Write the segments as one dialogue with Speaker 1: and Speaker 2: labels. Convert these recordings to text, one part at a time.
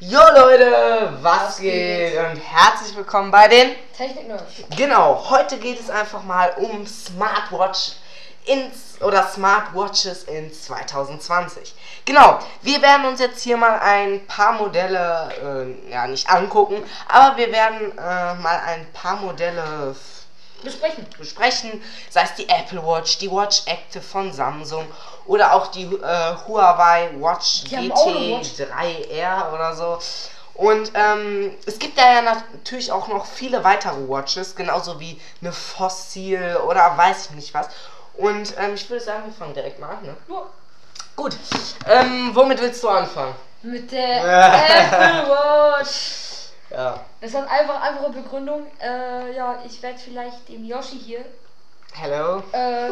Speaker 1: Jo Leute, was
Speaker 2: Was
Speaker 1: geht?
Speaker 2: geht?
Speaker 1: Und herzlich willkommen bei den.
Speaker 2: Technik Nerds.
Speaker 1: Genau, heute geht es einfach mal um Smartwatch ins oder Smartwatches in 2020. Genau, wir werden uns jetzt hier mal ein paar Modelle, äh, ja nicht angucken, aber wir werden äh, mal ein paar Modelle f-
Speaker 2: Besprechen.
Speaker 1: besprechen, sei es die Apple Watch, die Watch Active von Samsung oder auch die äh, Huawei Watch
Speaker 2: Die haben auch eine Watch.
Speaker 1: GT3R oder so. Und ähm, es gibt da ja natürlich auch noch viele weitere Watches, genauso wie eine Fossil oder weiß ich nicht was. Und ähm, ich würde sagen, wir fangen direkt mal an. Ne?
Speaker 2: Nur
Speaker 1: Gut, ähm, womit willst du anfangen?
Speaker 2: mit der Apple Watch.
Speaker 1: Ja.
Speaker 2: Das hat einfach einfache Begründung. Äh, ja, ich werde vielleicht dem Yoshi hier
Speaker 1: Hello.
Speaker 2: äh,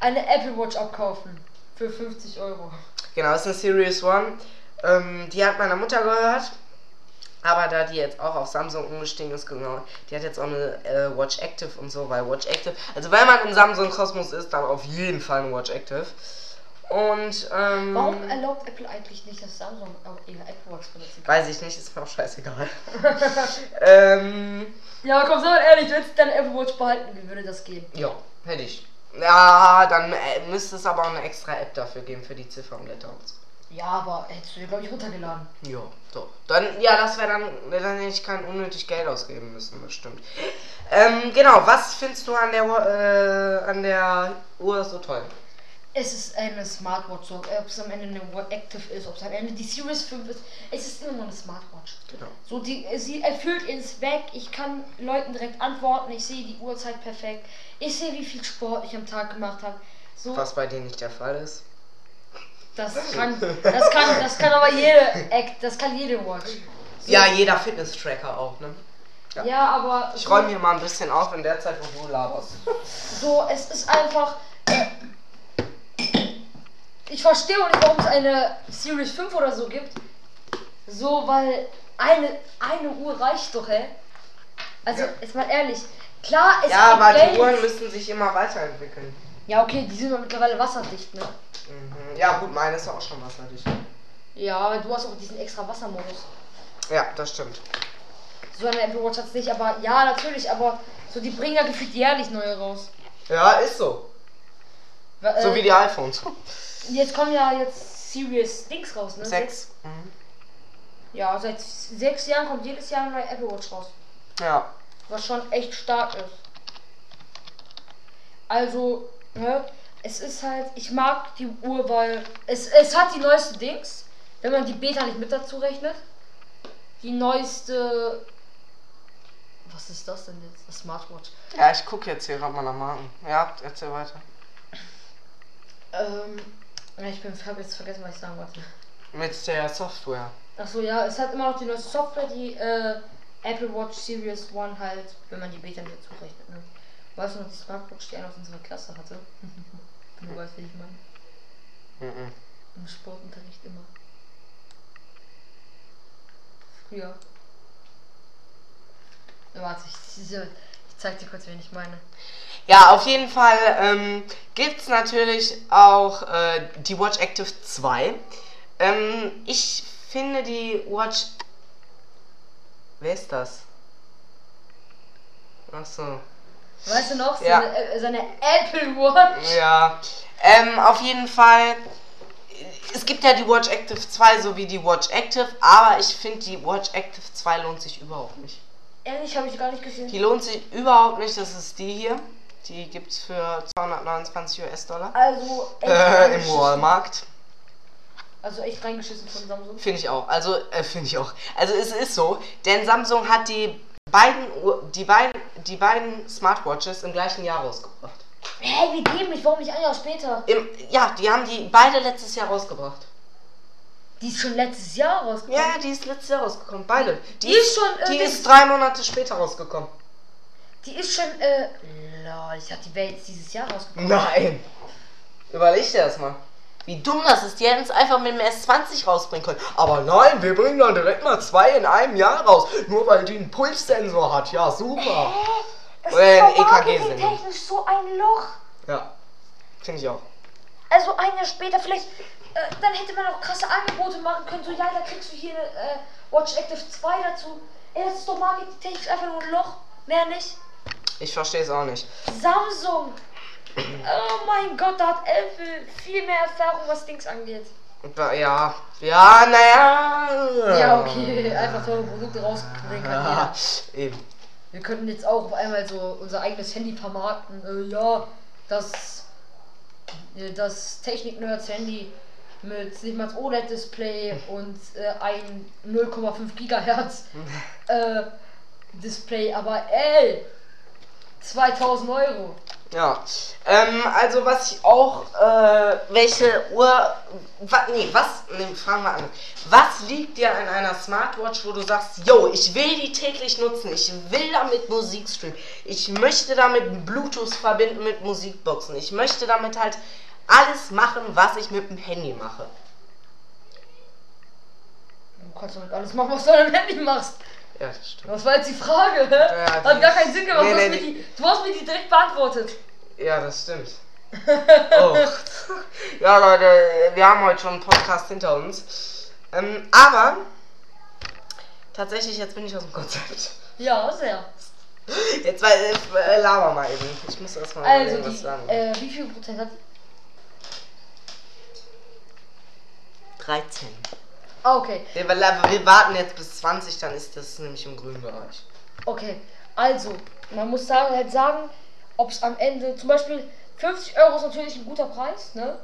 Speaker 2: eine Apple Watch abkaufen. Für 50 Euro.
Speaker 1: Genau, ist eine Series One. Ähm, die hat meiner Mutter gehört. Aber da die jetzt auch auf Samsung umgestiegen ist, genau, die hat jetzt auch eine äh, Watch Active und so, weil Watch Active, also wenn man im Samsung Kosmos ist, dann auf jeden Fall eine Watch Active. Und, ähm,
Speaker 2: Warum erlaubt Apple eigentlich nicht, dass Samsung auch ihre Apple Watch benutzen kann?
Speaker 1: Weiß ich nicht, ist mir auch scheißegal. ähm,
Speaker 2: Ja, komm, sei mal ehrlich, du hättest deine Apple Watch behalten, wie würde das gehen?
Speaker 1: ja, hätte ich. Ja, dann äh, müsste es aber auch eine extra App dafür geben für die Ziffernblätter und so.
Speaker 2: Ja, aber hättest du dir, glaube ich, runtergeladen.
Speaker 1: Ja, doch. Dann, ja, das wäre dann, dann hätte ich kein unnötig Geld ausgeben müssen, bestimmt. Ähm, genau, was findest du an der, Wa- äh, an der Uhr so toll?
Speaker 2: Es ist eine Smartwatch, so, ob es am Ende eine Wa- Active ist, ob es am Ende die Series 5 ist. Es ist immer nur eine Smartwatch.
Speaker 1: Genau.
Speaker 2: So, die, sie erfüllt ihren Zweck. Ich kann Leuten direkt antworten. Ich sehe die Uhrzeit perfekt. Ich sehe, wie viel Sport ich am Tag gemacht habe. So,
Speaker 1: Was bei dir nicht der Fall ist.
Speaker 2: das kann, das kann, das kann aber jede Act, das kann jede Watch. So.
Speaker 1: Ja, jeder Fitness-Tracker auch, ne? ja.
Speaker 2: Ja, aber
Speaker 1: Ich
Speaker 2: so,
Speaker 1: räume hier mal ein bisschen auf in der Zeit, wo du laberst.
Speaker 2: so, es ist einfach. Äh, ich verstehe auch nicht, warum es eine Series 5 oder so gibt. So, weil eine, eine Uhr reicht doch, hä? Also,
Speaker 1: Ja.
Speaker 2: jetzt mal ehrlich. Klar, es
Speaker 1: Ja,
Speaker 2: gibt
Speaker 1: aber die
Speaker 2: Geld.
Speaker 1: Uhren müssen sich immer weiterentwickeln.
Speaker 2: Ja, okay, die sind ja mittlerweile wasserdicht, ne?
Speaker 1: Mhm. Ja, gut, meine ist auch schon wasserdicht.
Speaker 2: Ja, aber du hast auch diesen extra Wassermodus.
Speaker 1: Ja, das stimmt.
Speaker 2: So eine Apple Watch hat's nicht, aber ja, natürlich, aber so die bringen ja gefühlt jährlich neue raus.
Speaker 1: Ja, ist so.
Speaker 2: Wa-
Speaker 1: So
Speaker 2: äh,
Speaker 1: wie die iPhones.
Speaker 2: Jetzt kommen ja jetzt Serious Dings raus, ne?
Speaker 1: Sechs. Mhm.
Speaker 2: Ja, seit sechs Jahren kommt jedes Jahr eine neue Apple Watch raus.
Speaker 1: Ja.
Speaker 2: Was schon echt stark ist. Also, ne? Es ist halt, ich mag die Uhr, weil es, es hat die neuesten Dings, wenn man die Beta nicht mit dazu rechnet. Die neueste. Was ist das denn jetzt? Das Smartwatch.
Speaker 1: Ja, ich gucke jetzt hier gerade mal nach Marken. Ja, erzähl weiter.
Speaker 2: Ähm, ja, ich bin, hab jetzt vergessen, was ich sagen wollte.
Speaker 1: Mit der Software.
Speaker 2: Achso, ja, es hat immer noch die neueste Software, die äh, Apple Watch Series 1 halt, wenn man die Beta nicht dazu rechnet. Ne? Weißt du noch, die Smartwatch, die einer aus unserer Klasse hatte? du weißt, wie ich meine.
Speaker 1: Mhm.
Speaker 2: Im Sportunterricht immer. Früher. Ja, Warte, ich, diese, ich zeig dir kurz, wen ich meine.
Speaker 1: Ja, auf jeden Fall ähm, gibt es natürlich auch äh, die Watch Active 2. Ähm, ich finde die Watch. Wer ist das? Achso.
Speaker 2: Weißt du noch,
Speaker 1: Ja.
Speaker 2: seine, äh, seine Apple Watch?
Speaker 1: Ja. Ähm, auf jeden Fall. Es gibt ja die Watch Active 2 sowie die Watch Active, aber ich finde die Watch Active 2 lohnt sich überhaupt nicht.
Speaker 2: Ehrlich, habe ich gar nicht gesehen.
Speaker 1: Die lohnt sich überhaupt nicht, das ist die hier. Die gibt's für 229 US-Dollar.
Speaker 2: Also, echt
Speaker 1: Äh, Im
Speaker 2: reingeschissen.
Speaker 1: Walmart.
Speaker 2: Also echt reingeschissen von Samsung.
Speaker 1: Finde ich auch. Also, äh, finde ich auch. Also, es ist so, denn Samsung hat die beiden, Uhr- die beiden, die beiden Smartwatches im gleichen Jahr rausgebracht.
Speaker 2: Hey, wie dämlich, warum nicht ein Jahr später?
Speaker 1: Im, ja, die haben die beide letztes Jahr rausgebracht.
Speaker 2: Die ist schon letztes Jahr rausgekommen.
Speaker 1: Ja, ja, die ist letztes Jahr rausgekommen. Beide.
Speaker 2: Die ist schon, äh,
Speaker 1: Die
Speaker 2: die-
Speaker 1: ist drei Monate später rausgekommen.
Speaker 2: Die ist schon, äh, lol, ich dachte, die wäre jetzt dieses Jahr rausgekommen.
Speaker 1: Nein. Überleg dir das mal. Wie dumm das ist. Die hätten es einfach mit dem S20 rausbringen können. Aber nein, wir bringen dann direkt mal zwei in einem Jahr raus. Nur weil die einen Pulssensor hat. Ja, Äh, E super.
Speaker 2: Das
Speaker 1: Oder ist ein doch EKG -Sinn. marketingtechnisch
Speaker 2: so ein Loch.
Speaker 1: Ja. Finde ich auch.
Speaker 2: Also ein Jahr später, vielleicht, äh, dann hätte man auch krasse Angebote machen können. So, ja, da kriegst du hier äh, Watch Active 2 dazu. Ey, das ist doch marketingtechnisch einfach nur ein Loch. Mehr nicht.
Speaker 1: Ich verstehe es auch nicht.
Speaker 2: Samsung. Oh mein Gott, da hat Apple viel mehr Erfahrung, was Dings angeht.
Speaker 1: Ja, ja, naja.
Speaker 2: Ja, okay, einfach teure Produkte rauskriegen.
Speaker 1: Ja, eben.
Speaker 2: Wir könnten jetzt auch auf einmal so unser eigenes Handy vermarkten. Äh, ja, das, äh, das Technik-Nerds-Handy mit nicht mal OLED-Display E und äh, ein 0,5 Gigahertz äh, Display, aber ey, 2000 Euro.
Speaker 1: Ja. Ähm, also was ich auch, äh, welche Uhr, wa, nee, was, nee, fragen wir an. Was liegt dir an einer Smartwatch, wo du sagst, yo, ich will die täglich nutzen, ich will damit Musik streamen, ich möchte damit Bluetooth verbinden mit Musikboxen, ich möchte damit halt alles machen, was ich mit dem Handy mache.
Speaker 2: Du kannst damit alles machen, was du an deinem Handy machst.
Speaker 1: Ja, das stimmt.
Speaker 2: Was war jetzt die Frage? hä?
Speaker 1: Ja,
Speaker 2: Hat
Speaker 1: die-
Speaker 2: gar keinen Sinn gemacht.
Speaker 1: Nee,
Speaker 2: du,
Speaker 1: nee,
Speaker 2: hast mir die, du hast mir die direkt beantwortet.
Speaker 1: Ja, das stimmt. oh. Ja, Leute, wir haben heute schon einen Podcast hinter uns. Ähm, aber tatsächlich, jetzt bin ich aus dem Konzept.
Speaker 2: Ja, sehr.
Speaker 1: Jetzt weil, äh, laber mal eben. Ich muss erstmal
Speaker 2: Also,
Speaker 1: was sagen.
Speaker 2: die, äh, wie viel Prozent hat
Speaker 1: 13.
Speaker 2: Ah, okay.
Speaker 1: Wir, wir, wir warten jetzt bis 20, dann ist das nämlich im grünen Bereich.
Speaker 2: Okay, also, man muss sagen, halt sagen, ob es am Ende, zum Beispiel 50 Euro ist natürlich ein guter Preis, ne?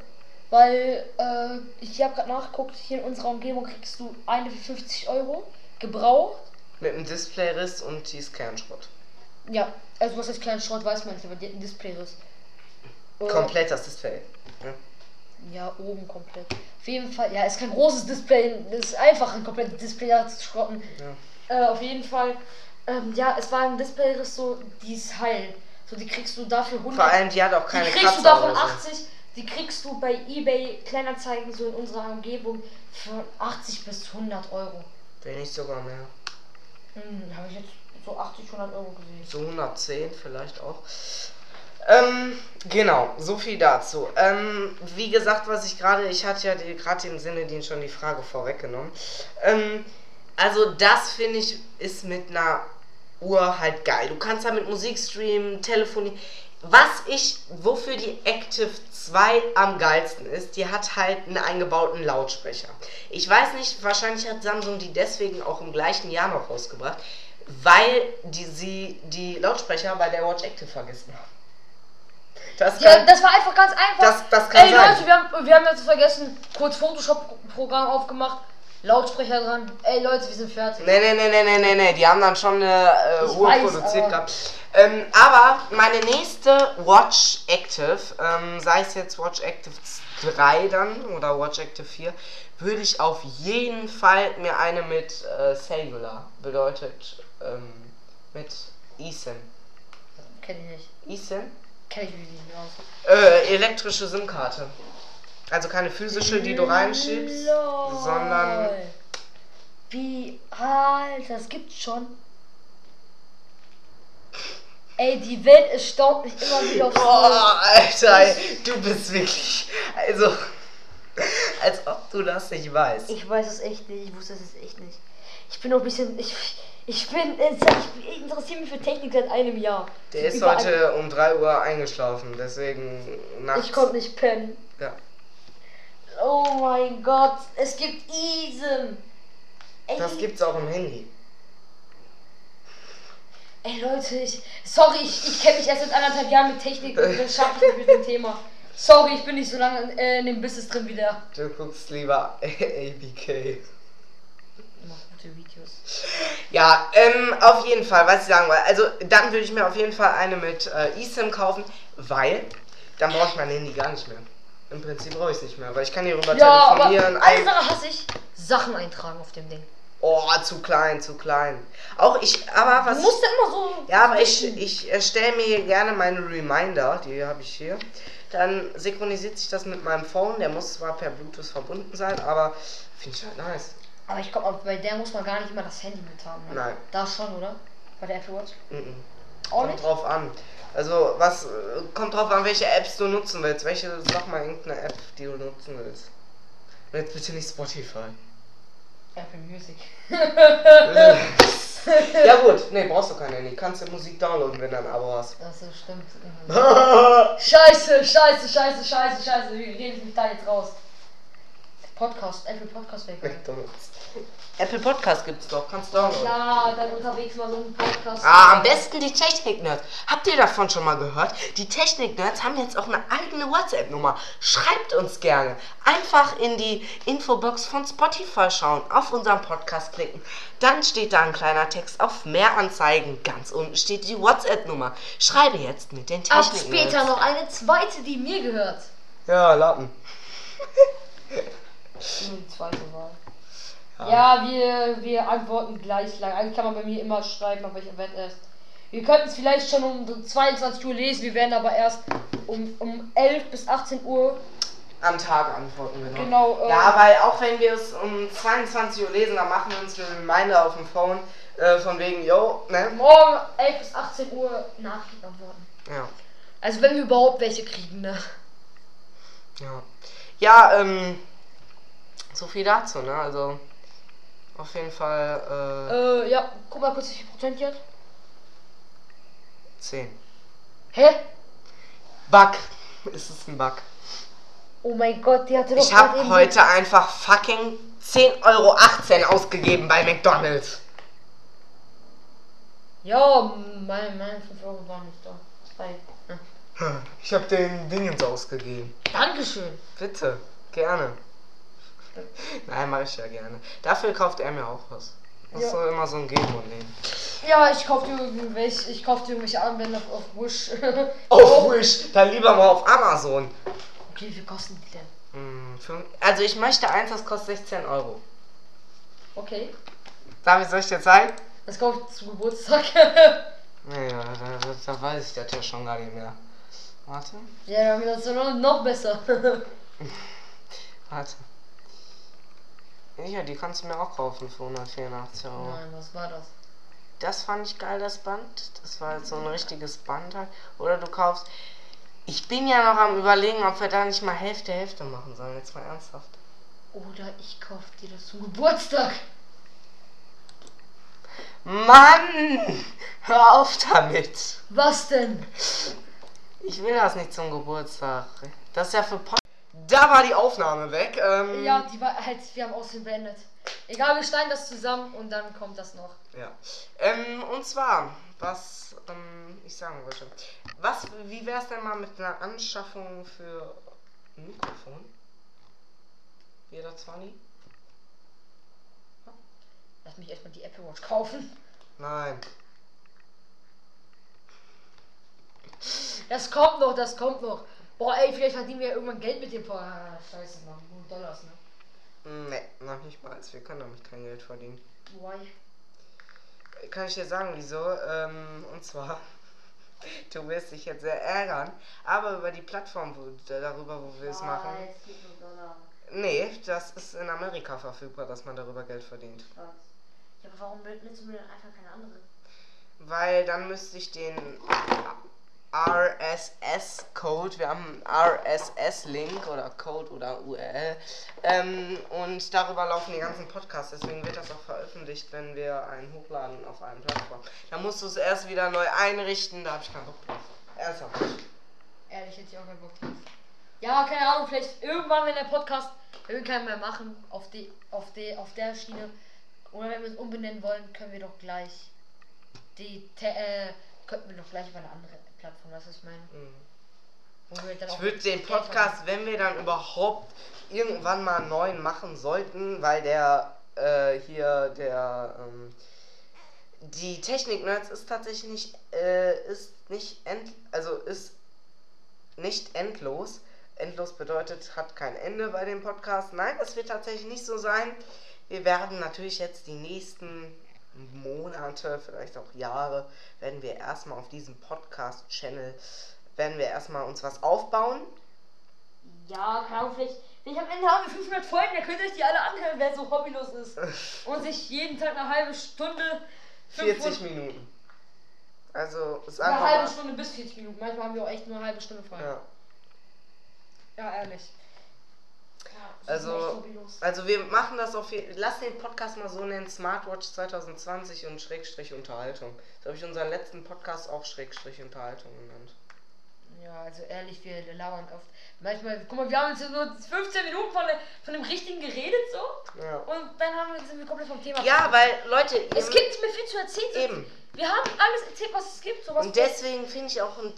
Speaker 2: Weil, äh, ich habe gerade nachgeguckt, hier in unserer Umgebung kriegst du eine für 50 Euro gebraucht.
Speaker 1: Mit dem Display-Riss und die Kernschrott.
Speaker 2: Ja, also was heißt kleinen Schrott, weiß man nicht, aber die hat ein Display ist. Oh.
Speaker 1: Komplett das Display.
Speaker 2: Ja, oben komplett. Auf jeden Fall, ja, ist kein großes Display, ist einfach ein komplettes Display da zu schrotten. Äh, auf jeden Fall, ähm, ja, es war ein Display, das so, die ist heil. So, die kriegst du dafür 100.
Speaker 1: Vor allem, die hat auch
Speaker 2: die
Speaker 1: keine
Speaker 2: kriegst
Speaker 1: Kratzer
Speaker 2: du davon
Speaker 1: oder so.
Speaker 2: 80, die kriegst du bei eBay Kleinanzeigen so in unserer Umgebung für 80 bis 100 Euro.
Speaker 1: Wenn nicht sogar mehr.
Speaker 2: Hm, habe ich jetzt so 80, 100 Euro gesehen.
Speaker 1: So 110 vielleicht auch. Ähm, genau, so viel dazu. Ähm, wie gesagt, was ich gerade, ich hatte ja die- gerade im Sinne, den schon die Frage vorweggenommen. Ähm, also das finde ich ist mit einer Uhr halt geil. Du kannst damit Musik streamen, telefonieren. Was ich, wofür die Active 2 am geilsten ist, die hat halt einen eingebauten Lautsprecher. Ich weiß nicht, wahrscheinlich hat Samsung die deswegen auch im gleichen Jahr noch rausgebracht, weil die, sie die Lautsprecher bei der Watch Active vergessen haben. Das
Speaker 2: Ja,
Speaker 1: kann,
Speaker 2: das war einfach ganz einfach.
Speaker 1: das, das kann
Speaker 2: Ey
Speaker 1: sein.
Speaker 2: Leute, wir haben, wir haben jetzt vergessen, kurz Photoshop-Programm aufgemacht, Lautsprecher dran. Ey Leute, wir sind fertig.
Speaker 1: Nee, nee, nee, nee, nee, nee, nee, die haben dann schon eine äh,
Speaker 2: Ich
Speaker 1: Uhr
Speaker 2: weiß,
Speaker 1: produziert
Speaker 2: aber-
Speaker 1: gehabt. Ähm, aber meine nächste Watch Active, ähm, sei es jetzt Watch Active 3 dann oder Watch Active 4, würde ich auf jeden Fall mir eine mit äh, Cellular, bedeutet ähm, mit eSIM.
Speaker 2: Kenn ich nicht.
Speaker 1: eSIM?
Speaker 2: Kenn ich mich nicht aus.
Speaker 1: Äh, elektrische SIM-Karte. Also keine physische, die du reinschiebst,
Speaker 2: Lol.
Speaker 1: sondern
Speaker 2: Wie. Alter, das gibt's schon. Ey, die Welt es staunt mich immer wieder aufs Neue.
Speaker 1: Boah, Alter, ey, du bist wirklich. Also, als ob du das nicht weißt.
Speaker 2: Ich weiß es echt nicht, ich wusste es jetzt echt nicht. Ich bin noch ein bisschen. Ich, ich bin. Ich, ich interessiere mich für Technik seit einem Jahr.
Speaker 1: Der ist
Speaker 2: Überall-
Speaker 1: heute um 3 Uhr eingeschlafen, deswegen nachts.
Speaker 2: Ich konnte nicht pennen.
Speaker 1: Ja.
Speaker 2: Oh mein Gott, es gibt ISIM. Ey,
Speaker 1: Das gibt's auch im Handy.
Speaker 2: Ey Leute, ich, sorry, ich, ich kenne mich erst seit anderthalb Jahren mit Technik
Speaker 1: Äh.
Speaker 2: und Wissenschaftlich mit dem Thema. Sorry, ich bin nicht so lange in, äh, in dem Business drin wie der.
Speaker 1: Du guckst lieber ABK.
Speaker 2: Mach gute Videos.
Speaker 1: Ja, ähm, auf jeden Fall, was ich sagen wollte. Also, dann würde ich mir auf jeden Fall eine mit äh, eSIM kaufen, weil dann brauche ich mein Handy gar nicht mehr. Im Prinzip brauche ich es nicht mehr, weil ich kann hierüber
Speaker 2: Ja, aber also-
Speaker 1: telefonieren.
Speaker 2: eine Sache hasse ich. Sachen eintragen auf dem Ding.
Speaker 1: Oh, zu klein, zu klein. Auch ich, aber was.
Speaker 2: Du musst ja immer so...
Speaker 1: Ja, aber ich, ich erstelle mir gerne meine Reminder, die habe ich hier. Dann synchronisiert sich das mit meinem Phone, der muss zwar per Bluetooth verbunden sein, aber finde ich halt nice.
Speaker 2: Aber ich glaube, bei der muss man gar nicht immer das Handy mit haben. Ne?
Speaker 1: Nein.
Speaker 2: Da schon, oder? Bei der Apple Watch?
Speaker 1: Mhm.
Speaker 2: Auch
Speaker 1: Kommt
Speaker 2: nicht?
Speaker 1: drauf an. Also, was äh, kommt drauf an, welche Apps du nutzen willst. Welche, sag mal, irgendeine App, die du nutzen willst. Und jetzt bitte nicht Spotify.
Speaker 2: Apple Music.
Speaker 1: ja gut, nee, brauchst du kein Handy. Kannst du Musik downloaden, wenn du ein Abo hast.
Speaker 2: Das ist- stimmt. Scheiße, scheiße, scheiße, scheiße, scheiße. Wie rede ich mich da jetzt raus? Podcast, Apple Podcast weg.
Speaker 1: McDonalds. Apple Podcast gibt's doch, kannst downloaden.
Speaker 2: Klar, dann unterwegs mal so einen Podcast.
Speaker 1: Ah, am besten die Technik-Nerds. Habt ihr davon schon mal gehört? Die Technik-Nerds haben jetzt auch eine eigene WhatsApp-Nummer. Schreibt uns gerne. Einfach in die Infobox von Spotify schauen, auf unseren Podcast klicken. Dann steht da ein kleiner Text auf mehr Anzeigen. Ganz unten steht die WhatsApp-Nummer. Schreibe jetzt mit den
Speaker 2: Ab
Speaker 1: Technik-Nerds.
Speaker 2: später noch eine zweite, die mir gehört.
Speaker 1: Ja, Lappen.
Speaker 2: Die Hm, zweite Wahl. Ja, wir, wir antworten gleich lang. Eigentlich kann man bei mir immer schreiben, aber ich erwähne erst. Wir könnten es vielleicht schon um 22 Uhr lesen, wir werden aber erst um, um 11 bis 18 Uhr.
Speaker 1: Am Tag antworten, genau.
Speaker 2: Genau, äh,
Speaker 1: ja, weil auch wenn wir es um 22 Uhr lesen, dann machen wir uns eine Reminder auf dem Phone äh, von wegen, yo, ne?
Speaker 2: Morgen 11 bis 18 Uhr Nachrichten antworten.
Speaker 1: Ja.
Speaker 2: Also wenn wir überhaupt welche kriegen, ne?
Speaker 1: Ja, ja ähm, so viel dazu, ne? Also, auf jeden Fall
Speaker 2: Äh, ja, guck mal kurz, wie viel Prozent die hat.
Speaker 1: äh, 10.
Speaker 2: Hä?
Speaker 1: Bug. Ist es ein Bug?
Speaker 2: Oh mein Gott, die hatte doch
Speaker 1: Ich habe
Speaker 2: gerade
Speaker 1: heute einfach fucking 10,18 Euro ausgegeben bei McDonalds.
Speaker 2: Ja, meine, meine 5 Euro waren nicht da. Zwei. Hm.
Speaker 1: Ich habe den Dingens ausgegeben.
Speaker 2: Dankeschön.
Speaker 1: Bitte, gerne. Nein, mache ich ja gerne. Dafür kauft er mir auch was. Das ist
Speaker 2: Ja.
Speaker 1: so immer so ein Geben und Nehmen.
Speaker 2: Ja, ich kauf dir irgendwelche, ich kauf dir irgendwelche Armbänder auf, auf Wish.
Speaker 1: Auf Wish, Oh, dann lieber mal auf Amazon.
Speaker 2: Okay, wie viel kosten die denn?
Speaker 1: Hm, fünf- Also ich möchte eins, das kostet 16 Euro.
Speaker 2: Okay.
Speaker 1: Darf ich es euch jetzt sagen?
Speaker 2: Das kauf ich zu Geburtstag.
Speaker 1: Naja, da, da, da weiß ich das ja schon gar nicht mehr. Warte,
Speaker 2: ja, dann wird das noch, noch besser.
Speaker 1: warte. Ja, die kannst du mir auch kaufen für 184 Euro.
Speaker 2: Nein, was war das?
Speaker 1: Das fand ich geil, das Band. Das war halt so ein richtiges Band. halt. Oder du kaufst. Ich bin ja noch am Überlegen, ob wir da nicht mal Hälfte, Hälfte machen sollen. Jetzt mal ernsthaft.
Speaker 2: Oder ich kauf dir das zum Geburtstag.
Speaker 1: Mann! Hör auf damit!
Speaker 2: Was denn?
Speaker 1: Ich will das nicht zum Geburtstag. Das ist ja für Pod Da war die Aufnahme weg. Ähm,
Speaker 2: Ja, die war halt, wir haben Aussehen beendet. Egal, wir schneiden das zusammen und dann kommt das noch.
Speaker 1: Ja. Ähm, und zwar, was ähm, ich sagen wollte. Was, wie wäre es denn mal mit einer Anschaffung für ein Mikrofon? Jeder 20?
Speaker 2: Lass mich erstmal die Apple Watch kaufen.
Speaker 1: Nein.
Speaker 2: Das kommt noch, das kommt noch. Boah, ey, vielleicht verdienen wir ja irgendwann Geld mit dem Vor. Ah, scheiße, Mann. Nur Dollars, ne?
Speaker 1: Nee, noch nicht mal. Wir können damit kein Geld verdienen.
Speaker 2: Why?
Speaker 1: Kann ich dir sagen, wieso? Ähm, und zwar, du wirst dich jetzt sehr ärgern, aber über die Plattform, wo, darüber, wo wir es machen.
Speaker 2: jetzt gibt Ah, es Dollar.
Speaker 1: Nee, das ist in Amerika verfügbar, dass man darüber Geld verdient.
Speaker 2: Ja, aber warum willst du mir dann einfach keine andere?
Speaker 1: Weil dann müsste ich den RSS-Code, wir haben einen RSS-Link oder Code oder URL, ähm, und darüber laufen die ganzen Podcasts, deswegen wird das auch veröffentlicht, wenn wir einen hochladen auf einem Plattform. Dann musst du es erst wieder neu einrichten, da habe ich keinen Bock drauf. Ernsthaft.
Speaker 2: Ehrlich, hätte ich auch keinen Bock drauf. Ja, keine Ahnung, vielleicht irgendwann, wenn der Podcast, wenn wir keinen mehr machen, auf, die, auf, die, auf der Schiene, oder wenn wir uns umbenennen wollen, können wir doch gleich die, Te- äh, könnten wir doch gleich über eine andere Plattform, weißt du, was ich meine?
Speaker 1: Mhm.
Speaker 2: Wo wir dann
Speaker 1: Ich
Speaker 2: auch
Speaker 1: würde den
Speaker 2: Geld verdienen.
Speaker 1: Podcast, wenn wir dann überhaupt irgendwann mal einen neuen machen sollten, weil der äh, hier der ähm, die Technik Nerds ist tatsächlich nicht äh, ist nicht end also ist nicht endlos. Endlos bedeutet hat kein Ende bei dem Podcast. Nein, es wird tatsächlich nicht so sein. Wir werden natürlich jetzt die nächsten Monate, vielleicht auch Jahre, werden wir erstmal auf diesem Podcast-Channel werden wir erstmal uns was aufbauen.
Speaker 2: Ja, keine Ahnung, vielleicht, vielleicht am Ende haben wir 500 Folgen, da könnt ihr euch die alle anhören, wer so hobbylos ist. Und sich jeden Tag eine halbe Stunde,
Speaker 1: 40
Speaker 2: 500
Speaker 1: Minuten. Also, ist
Speaker 2: eine
Speaker 1: einfach.
Speaker 2: halbe
Speaker 1: mal-
Speaker 2: Stunde bis 40 Minuten. Manchmal haben wir auch echt nur eine halbe Stunde frei.
Speaker 1: Ja.
Speaker 2: Ja, ehrlich. Ja, das
Speaker 1: Also-
Speaker 2: ist echt hobbylos.
Speaker 1: Also wir machen das auf jeden Lass den Podcast mal so nennen, Smartwatch 2020 und Schrägstrich Unterhaltung. So habe ich unseren letzten Podcast auch Schrägstrich Unterhaltung genannt.
Speaker 2: Ja, also ehrlich, wir labern oft. Manchmal, guck mal, wir haben jetzt hier nur 15 Minuten von, der- von dem Richtigen geredet so.
Speaker 1: Ja,
Speaker 2: Und dann haben wir, sind wir komplett vom Thema.
Speaker 1: ja weil Leute, ihr
Speaker 2: Es gibt mir viel zu erzählen.
Speaker 1: eben.
Speaker 2: Wir haben alles erzählt, was es gibt. Sowas
Speaker 1: Und deswegen finde ich auch einen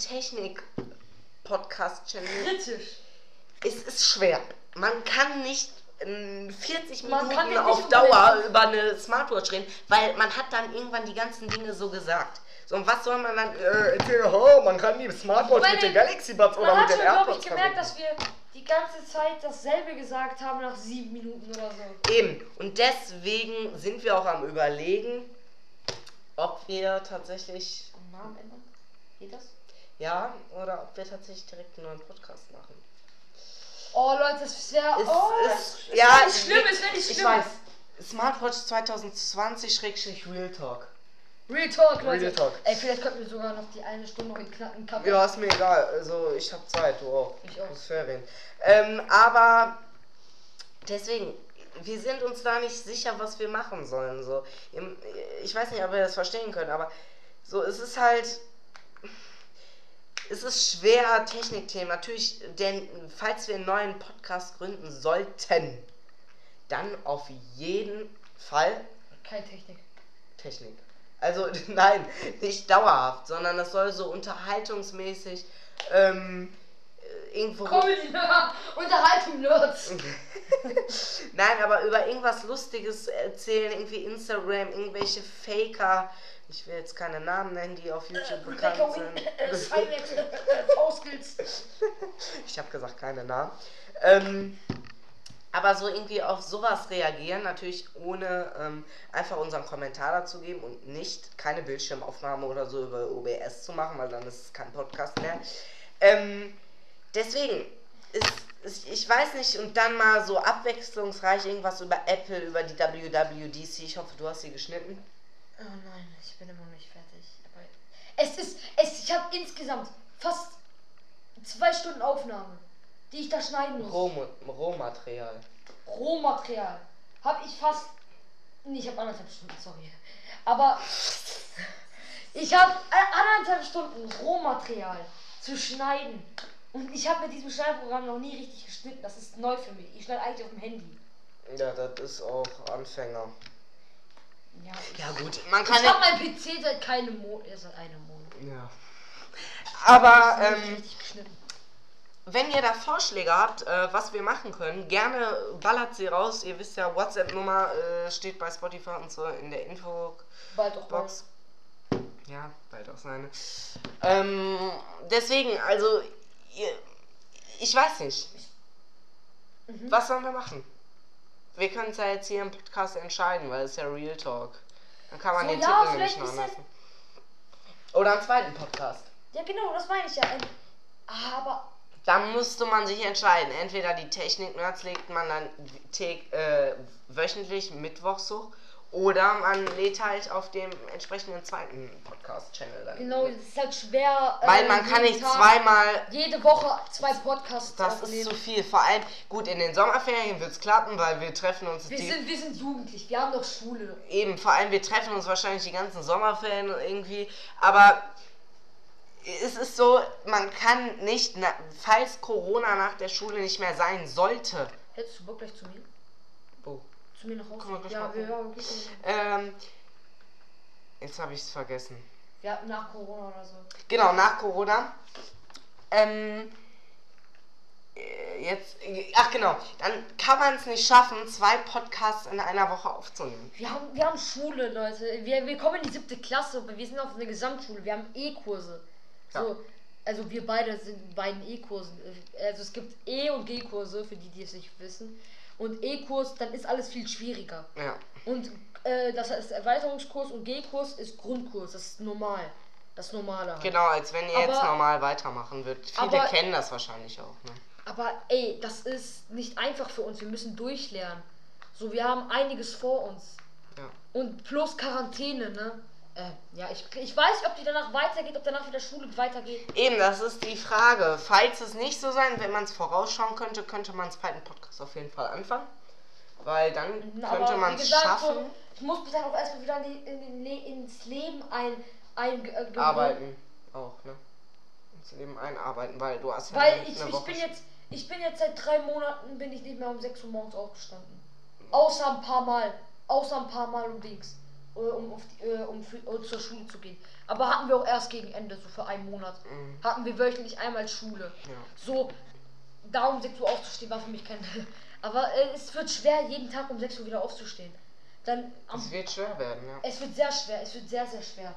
Speaker 1: Technik-Podcast-Channel.
Speaker 2: kritisch.
Speaker 1: es ist schwer. Man kann nicht ähm, 40
Speaker 2: Man kann
Speaker 1: Minuten
Speaker 2: nicht
Speaker 1: auf
Speaker 2: über
Speaker 1: Dauer
Speaker 2: eine-
Speaker 1: über eine Smartwatch reden, weil man hat dann irgendwann die ganzen Dinge so gesagt. So, und was soll man dann. Äh, erzählen, oh, man kann die Smartwatch
Speaker 2: Weil
Speaker 1: mit den
Speaker 2: den-
Speaker 1: Galaxy Buds
Speaker 2: Man
Speaker 1: oder
Speaker 2: hat
Speaker 1: mit
Speaker 2: schon,
Speaker 1: den
Speaker 2: glaube ich,
Speaker 1: AirPods
Speaker 2: gemerkt,
Speaker 1: verbinden.
Speaker 2: dass wir die ganze Zeit dasselbe gesagt haben nach sieben Minuten oder so.
Speaker 1: Eben. Und deswegen sind wir auch am Überlegen, ob wir tatsächlich.
Speaker 2: Namen ändern? Geht das?
Speaker 1: Ja, oder ob wir tatsächlich direkt einen neuen Podcast machen.
Speaker 2: Oh Leute, das wäre.
Speaker 1: Es
Speaker 2: Oh,
Speaker 1: ist-
Speaker 2: das ist
Speaker 1: ja,
Speaker 2: nicht schlimm, es wäre nicht
Speaker 1: Ich
Speaker 2: schlimm.
Speaker 1: weiß. Smartwatch 2020 Real Talk.
Speaker 2: Real Talk, Leute.
Speaker 1: Real Talk.
Speaker 2: Ey, vielleicht könnten wir sogar noch die eine Stunde noch in knacken Kappen.
Speaker 1: Ja, ist mir egal. Also ich habe Zeit, du auch.
Speaker 2: Ich auch.
Speaker 1: Muss Ferien. Ähm, aber deswegen, wir sind uns da nicht sicher, was wir machen sollen. So, Im- ich weiß nicht, ob wir das verstehen können, aber so, es ist halt. Es ist schwer, Technikthemen. Natürlich, denn falls wir einen neuen Podcast gründen sollten, dann auf jeden Fall
Speaker 2: Keine Technik.
Speaker 1: Technik. Also nein, nicht dauerhaft, sondern das soll so unterhaltungsmäßig ähm, äh, irgendwo.
Speaker 2: Comedy, Unterhaltung, Nerds.
Speaker 1: Nein, aber über irgendwas Lustiges erzählen, irgendwie Instagram, irgendwelche Faker. Ich will jetzt keine Namen nennen, die auf YouTube bekannt
Speaker 2: Rebecca Win, äh,
Speaker 1: sind.
Speaker 2: Cymex, äh, äh, Faustgills.
Speaker 1: ich habe gesagt keine Namen. Ähm, aber so irgendwie auf sowas reagieren, natürlich ohne ähm, einfach unseren Kommentar dazu geben und nicht keine Bildschirmaufnahme oder so über OBS zu machen, weil dann ist es kein Podcast mehr. Ähm, deswegen, ist, ist, ich weiß nicht, und dann mal so abwechslungsreich irgendwas über Apple, über die WWDC. Ich hoffe, du hast sie geschnitten.
Speaker 2: Oh nein, ich bin immer noch nicht fertig. Aber es ist, es, ich habe insgesamt fast zwei Stunden Aufnahme, die ich da schneiden muss.
Speaker 1: Rohmo- Rohmaterial.
Speaker 2: Rohmaterial. Habe ich fast. Nee, ich habe anderthalb Stunden, sorry. Aber ich habe anderthalb Stunden Rohmaterial zu schneiden. Und ich habe mit diesem Schneidprogramm noch nie richtig geschnitten. Das ist neu für mich. Ich schneide eigentlich auf dem Handy.
Speaker 1: Ja, das ist auch Anfänger.
Speaker 2: Ja, ich,
Speaker 1: Ja, gut. Man kann
Speaker 2: ich habe mein PC seit keinem Monat. Ja, seit einem Monat.
Speaker 1: Ja.
Speaker 2: Das
Speaker 1: Aber
Speaker 2: ist nicht
Speaker 1: ähm,
Speaker 2: richtig geschnitten.
Speaker 1: wenn ihr da Vorschläge habt, äh, was wir machen können, gerne ballert sie raus. Ihr wisst ja, WhatsApp-Nummer äh, steht bei Spotify und so in der Infobox.
Speaker 2: Bald auch bald.
Speaker 1: Ja, bald auch seine. Ähm, deswegen, also, ihr, ich weiß nicht.
Speaker 2: Mhm.
Speaker 1: Was sollen wir machen? Wir können es ja jetzt hier im Podcast entscheiden, weil es ist ja Real Talk. Dann kann man
Speaker 2: So,
Speaker 1: den
Speaker 2: ja,
Speaker 1: Titel nämlich
Speaker 2: vielleicht
Speaker 1: noch
Speaker 2: ist das-
Speaker 1: lassen. Oder einen zweiten Podcast.
Speaker 2: Ja, genau, das meine ich ja. Ein- Aber
Speaker 1: Dann müsste man sich entscheiden. Entweder die Technik-Nerds legt man dann tä- äh, wöchentlich mittwochs hoch oder man lädt halt auf dem entsprechenden zweiten Podcast-Channel dann.
Speaker 2: genau, es ist halt schwer. äh,
Speaker 1: Weil man kann
Speaker 2: jeden
Speaker 1: nicht
Speaker 2: Tag-
Speaker 1: zweimal.
Speaker 2: Jede Woche zwei Podcasts
Speaker 1: Das ist
Speaker 2: aufnehmen.
Speaker 1: zu viel. Vor allem, gut, in den Sommerferien wird es klappen, weil wir treffen uns
Speaker 2: Wir
Speaker 1: die,
Speaker 2: sind, wir sind jugendlich, wir haben doch Schule.
Speaker 1: eben, vor allem wir treffen uns wahrscheinlich die ganzen Sommerferien irgendwie, aber es ist so, man kann nicht, na, falls Corona nach der Schule nicht mehr sein sollte,
Speaker 2: Hättest du Bock gleich zu mir?
Speaker 1: oh,
Speaker 2: Zu mir nach Hause?
Speaker 1: Komm mal gleich
Speaker 2: ja,
Speaker 1: mal
Speaker 2: wir,
Speaker 1: gucken.
Speaker 2: ja, wir, gehen.
Speaker 1: Ähm, jetzt habe ich es vergessen.
Speaker 2: wir hatten nach Corona oder so.
Speaker 1: Genau, nach Corona. Ähm, äh, jetzt, äh, ach genau, dann kann man es nicht schaffen, zwei Podcasts in einer Woche aufzunehmen.
Speaker 2: Wir haben, wir haben Schule, Leute. Wir, wir kommen in die siebte Klasse, aber wir sind auf einer Gesamtschule. Wir haben E-Kurse.
Speaker 1: Ja.
Speaker 2: So, also wir beide sind in beiden E-Kursen. Also es gibt E- und G-Kurse, für die, die es nicht wissen. Und E-Kurs, dann ist alles viel schwieriger.
Speaker 1: Ja.
Speaker 2: Und äh, das heißt Erweiterungskurs und G-Kurs ist Grundkurs. Das ist normal. Das ist normaler. halt.
Speaker 1: Genau, als wenn ihr jetzt
Speaker 2: Aber-
Speaker 1: normal weitermachen würdet. Viele
Speaker 2: aber-
Speaker 1: kennen das wahrscheinlich auch. Ne?
Speaker 2: Aber ey, das ist nicht einfach für uns. Wir müssen durchlernen. So, wir haben einiges vor uns.
Speaker 1: Ja.
Speaker 2: Und plus Quarantäne, ne? Äh, ja, ich, ich weiß nicht, ob die danach weitergeht, ob danach wieder Schule weitergeht.
Speaker 1: Eben, das ist die Frage. Falls es nicht so sein, wenn man es vorausschauen könnte, könnte man einen zweiten Podcast auf jeden Fall anfangen. Weil dann
Speaker 2: Na,
Speaker 1: könnte man es schaffen,
Speaker 2: so, ich muss mich dann auch erstmal wieder in die, in, den Le- ins Leben ein, ein äh, gewöhnen.
Speaker 1: arbeiten. Auch, ne? Ins Leben einarbeiten, weil du hast ja
Speaker 2: Weil
Speaker 1: nicht
Speaker 2: ich,
Speaker 1: eine
Speaker 2: ich
Speaker 1: Woche
Speaker 2: bin jetzt, ich bin jetzt seit drei Monaten bin ich nicht mehr um 6 Uhr morgens aufgestanden. Außer ein paar Mal. Außer ein paar Mal um Dings. Äh, Um, auf die, äh, um, für, äh, zur Schule zu gehen. Aber hatten wir auch erst gegen Ende, so für einen Monat.
Speaker 1: Mhm.
Speaker 2: Hatten wir wöchentlich einmal Schule.
Speaker 1: Ja.
Speaker 2: So, da um 6 Uhr aufzustehen, war für mich kein. Aber äh, es wird schwer, jeden Tag um 6 Uhr wieder aufzustehen. Dann am,
Speaker 1: Es wird schwer werden, ja.
Speaker 2: Es wird sehr schwer, es wird sehr, sehr schwer.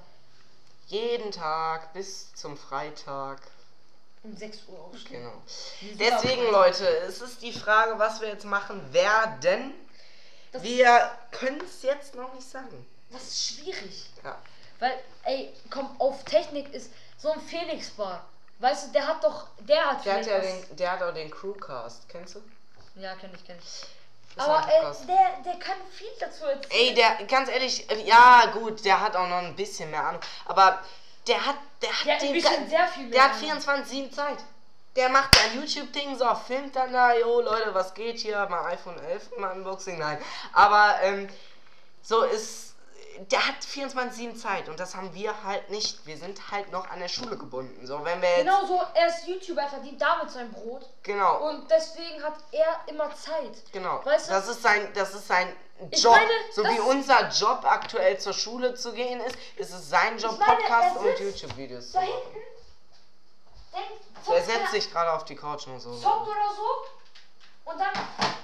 Speaker 1: Jeden Tag bis zum Freitag.
Speaker 2: Um 6 Uhr aufstehen.
Speaker 1: Genau.
Speaker 2: Super.
Speaker 1: Deswegen, Leute, es ist die Frage, was wir jetzt machen werden.
Speaker 2: Das,
Speaker 1: Wir können es jetzt noch nicht sagen.
Speaker 2: das ist schwierig.
Speaker 1: Ja.
Speaker 2: Weil, ey, komm, auf Technik ist so ein Felix war. Weißt du, der hat doch. Der hat
Speaker 1: Der hat ja
Speaker 2: vielleicht
Speaker 1: den, der hat auch den Crewcast, kennst du?
Speaker 2: was- Ja, kenn ich, kenn ich.
Speaker 1: Das war
Speaker 2: Aber äh,
Speaker 1: ein
Speaker 2: ey,
Speaker 1: Podcast.
Speaker 2: der, der kann viel dazu erzählen.
Speaker 1: Ey, der, ganz ehrlich, äh, ja gut, der hat auch noch ein bisschen mehr Ahnung, aber der hat, der hat
Speaker 2: Der hat ein bisschen
Speaker 1: ga-
Speaker 2: sehr viel mehr
Speaker 1: Der hat
Speaker 2: Ahnung.
Speaker 1: 24 Zeit. Der macht sein YouTube-Ding so, filmt dann da, jo Leute, was geht hier, mal iPhone 11, mal Unboxing, nein. Aber ähm, so ist, der hat 24 Zeit und das haben wir halt nicht. Wir sind halt noch an der Schule gebunden. So, wenn wir jetzt, genau,
Speaker 2: Genau so, er ist YouTuber, er verdient damit sein Brot.
Speaker 1: genau,
Speaker 2: Und deswegen hat er immer Zeit. Weißt du?
Speaker 1: das ist sein, das ist sein
Speaker 2: Ich
Speaker 1: Job.
Speaker 2: meine,
Speaker 1: so
Speaker 2: das-
Speaker 1: wie unser Job aktuell zur Schule zu gehen ist, ist es sein Job,
Speaker 2: Ich meine,
Speaker 1: Podcasts
Speaker 2: er
Speaker 1: und
Speaker 2: sitzt
Speaker 1: YouTube-Videos zu
Speaker 2: Da
Speaker 1: machen.
Speaker 2: hinten. Denk,
Speaker 1: Er setzt sich gerade auf die Couch und so.
Speaker 2: zockt oder so und dann,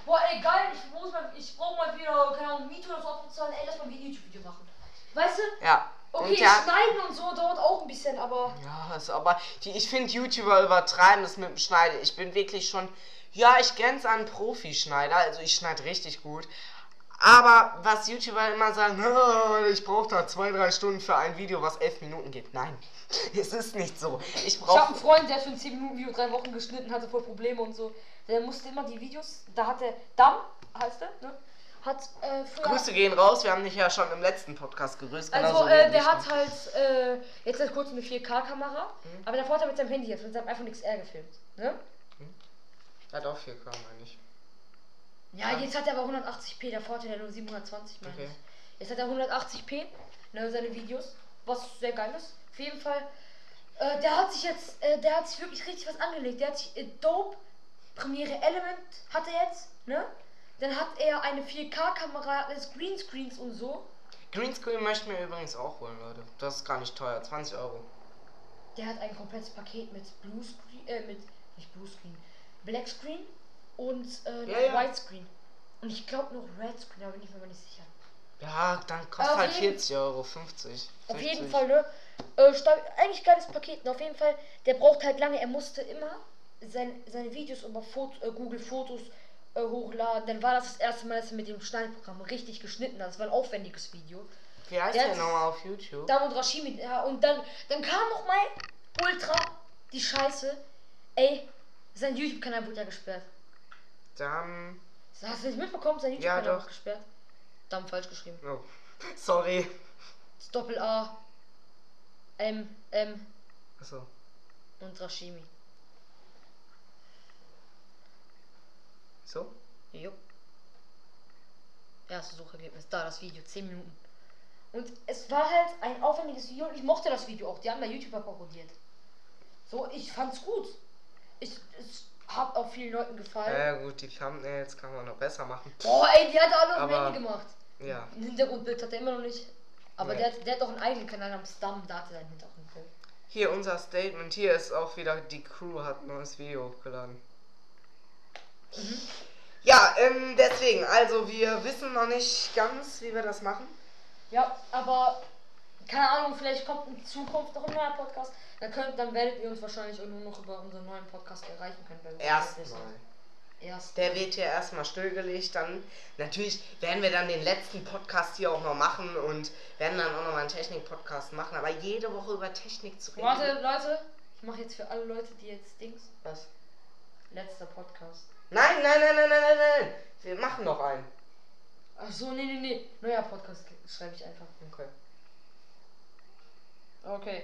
Speaker 2: boah ey geil, ich muss mal, ich brauch mal wieder, keine Ahnung, Miete oder so abzuzahlen, ey, lass mal wieder ein YouTube-Video machen. Weißt du?
Speaker 1: Ja.
Speaker 2: Okay,
Speaker 1: und der,
Speaker 2: schneiden und so dauert auch ein bisschen, aber
Speaker 1: Ja, ist aber die, ich finde YouTuber übertreiben das mit dem Schneiden. Ich bin wirklich schon, ja, ich grenze an Profi-Schneider, also ich schneide richtig gut. Aber was YouTuber immer sagen, "Ah, ich brauche da zwei, drei Stunden für ein Video, was elf Minuten geht. Nein, es ist nicht so. Ich
Speaker 2: ich hab einen
Speaker 1: brauche.
Speaker 2: Freund, der hat für ein 10 Minuten Video drei Wochen geschnitten, hatte voll Probleme und so. Der musste immer die Videos, da hat der Damm, heißt der, ne? Hat äh, früher
Speaker 1: Grüße gehen raus, wir haben dich ja schon im letzten Podcast gerüßt.
Speaker 2: Also,
Speaker 1: genauso wie ne?
Speaker 2: äh,
Speaker 1: in
Speaker 2: der
Speaker 1: diesem.
Speaker 2: hat halt äh, jetzt seit kurzem eine 4K-Kamera,
Speaker 1: Mhm.
Speaker 2: aber davor hat er mit seinem Handy, jetzt mit seinem iPhone XR gefilmt. Ne?
Speaker 1: Hat auch 4K, meine ich.
Speaker 2: Ja, jetzt hat er aber 180p, davor hatte er nur 720, meine
Speaker 1: Okay.
Speaker 2: ich. Jetzt hat er 180p, ne, seine Videos, was sehr geil ist. Auf jeden Fall, äh, der hat sich jetzt, äh, der hat sich wirklich richtig was angelegt. Der hat sich äh, Dope, Premiere Element hat er jetzt, ne? Dann hat er eine 4K-Kamera, des äh, Greenscreens und so.
Speaker 1: Greenscreen möchten wir übrigens auch holen, Leute. Das ist gar nicht teuer, 20 Euro.
Speaker 2: Der hat ein komplettes Paket mit Blue Screen, äh, mit, nicht Blue Screen, Black Screen und äh,
Speaker 1: Ja, ja.
Speaker 2: White Screen. Und ich glaube noch Red Screen, aber bin ich mir nicht sicher.
Speaker 1: Ja, dann kostet
Speaker 2: Auf
Speaker 1: halt
Speaker 2: jeden-
Speaker 1: 40 Euro, 50.
Speaker 2: Auf jeden
Speaker 1: 60.
Speaker 2: Fall, ne? Äh, stabil, eigentlich geiles Paket. Und auf jeden Fall, der braucht halt lange. Er musste immer sein, seine Videos über Fot äh, Google Fotos äh, hochladen. Dann war das das erste Mal, dass er mit dem Schneidprogramm richtig geschnitten hat. Das war ein aufwendiges Video.
Speaker 1: Wie heißt
Speaker 2: Der
Speaker 1: der,
Speaker 2: hat-
Speaker 1: nochmal auf YouTube?
Speaker 2: Damut Rashimi, ja, und dann, dann kam noch mal Ultra, die Scheiße. Ey, sein YouTube-Kanal wurde ja gesperrt.
Speaker 1: Dann.
Speaker 2: Hast du nicht mitbekommen? Sein
Speaker 1: Ja,
Speaker 2: YouTube-Kanal
Speaker 1: doch.
Speaker 2: wurde gesperrt. Damm falsch geschrieben.
Speaker 1: Oh. Sorry.
Speaker 2: Das Doppel A, M, M
Speaker 1: Achso.
Speaker 2: und Rashimi.
Speaker 1: So?
Speaker 2: Jo. Erste Suchergebnis. Da das Video, 10 Minuten. Und es war halt ein aufwendiges Video und ich mochte das Video auch. Die haben da YouTuber parodiert. So, ich fand's gut. Ich, es hat auch vielen Leuten gefallen.
Speaker 1: Ja, gut, die Thumbnails kann man noch besser machen.
Speaker 2: Boah, ey, die hat er alle auf dem
Speaker 1: Aber-
Speaker 2: Handy gemacht.
Speaker 1: Ja.
Speaker 2: Ein Hintergrundbild hat er immer noch nicht. Aber
Speaker 1: Nee.
Speaker 2: der, hat- der hat auch einen eigenen Kanal am Stamm, da hat er seinen Hintergrundbild.
Speaker 1: Hier unser Statement. Hier ist auch wieder die Crew hat ein neues Video hochgeladen. Ja, ähm, deswegen. Also, wir wissen noch nicht ganz, wie wir das machen.
Speaker 2: Ja, aber keine Ahnung, vielleicht kommt in Zukunft noch ein neuer Podcast. Dann, könnt, dann werdet ihr uns wahrscheinlich auch nur noch über unseren neuen Podcast erreichen können. weil wir das
Speaker 1: Erstmal.
Speaker 2: wissen. Erst.
Speaker 1: Der wird hier erstmal stillgelegt. Dann natürlich werden wir dann den letzten Podcast hier auch noch machen und werden dann auch noch mal einen Technik-Podcast machen. Aber jede Woche über Technik zu reden.
Speaker 2: Warte, Leute, ich mache jetzt für alle Leute, die jetzt Dings.
Speaker 1: Was?
Speaker 2: Letzter Podcast.
Speaker 1: Nein, nein, nein, nein, nein, nein, nein. Wir machen noch einen.
Speaker 2: Ach so, nee, nee, nee. Neuer Podcast schreibe ich einfach.
Speaker 1: Okay.
Speaker 2: Okay.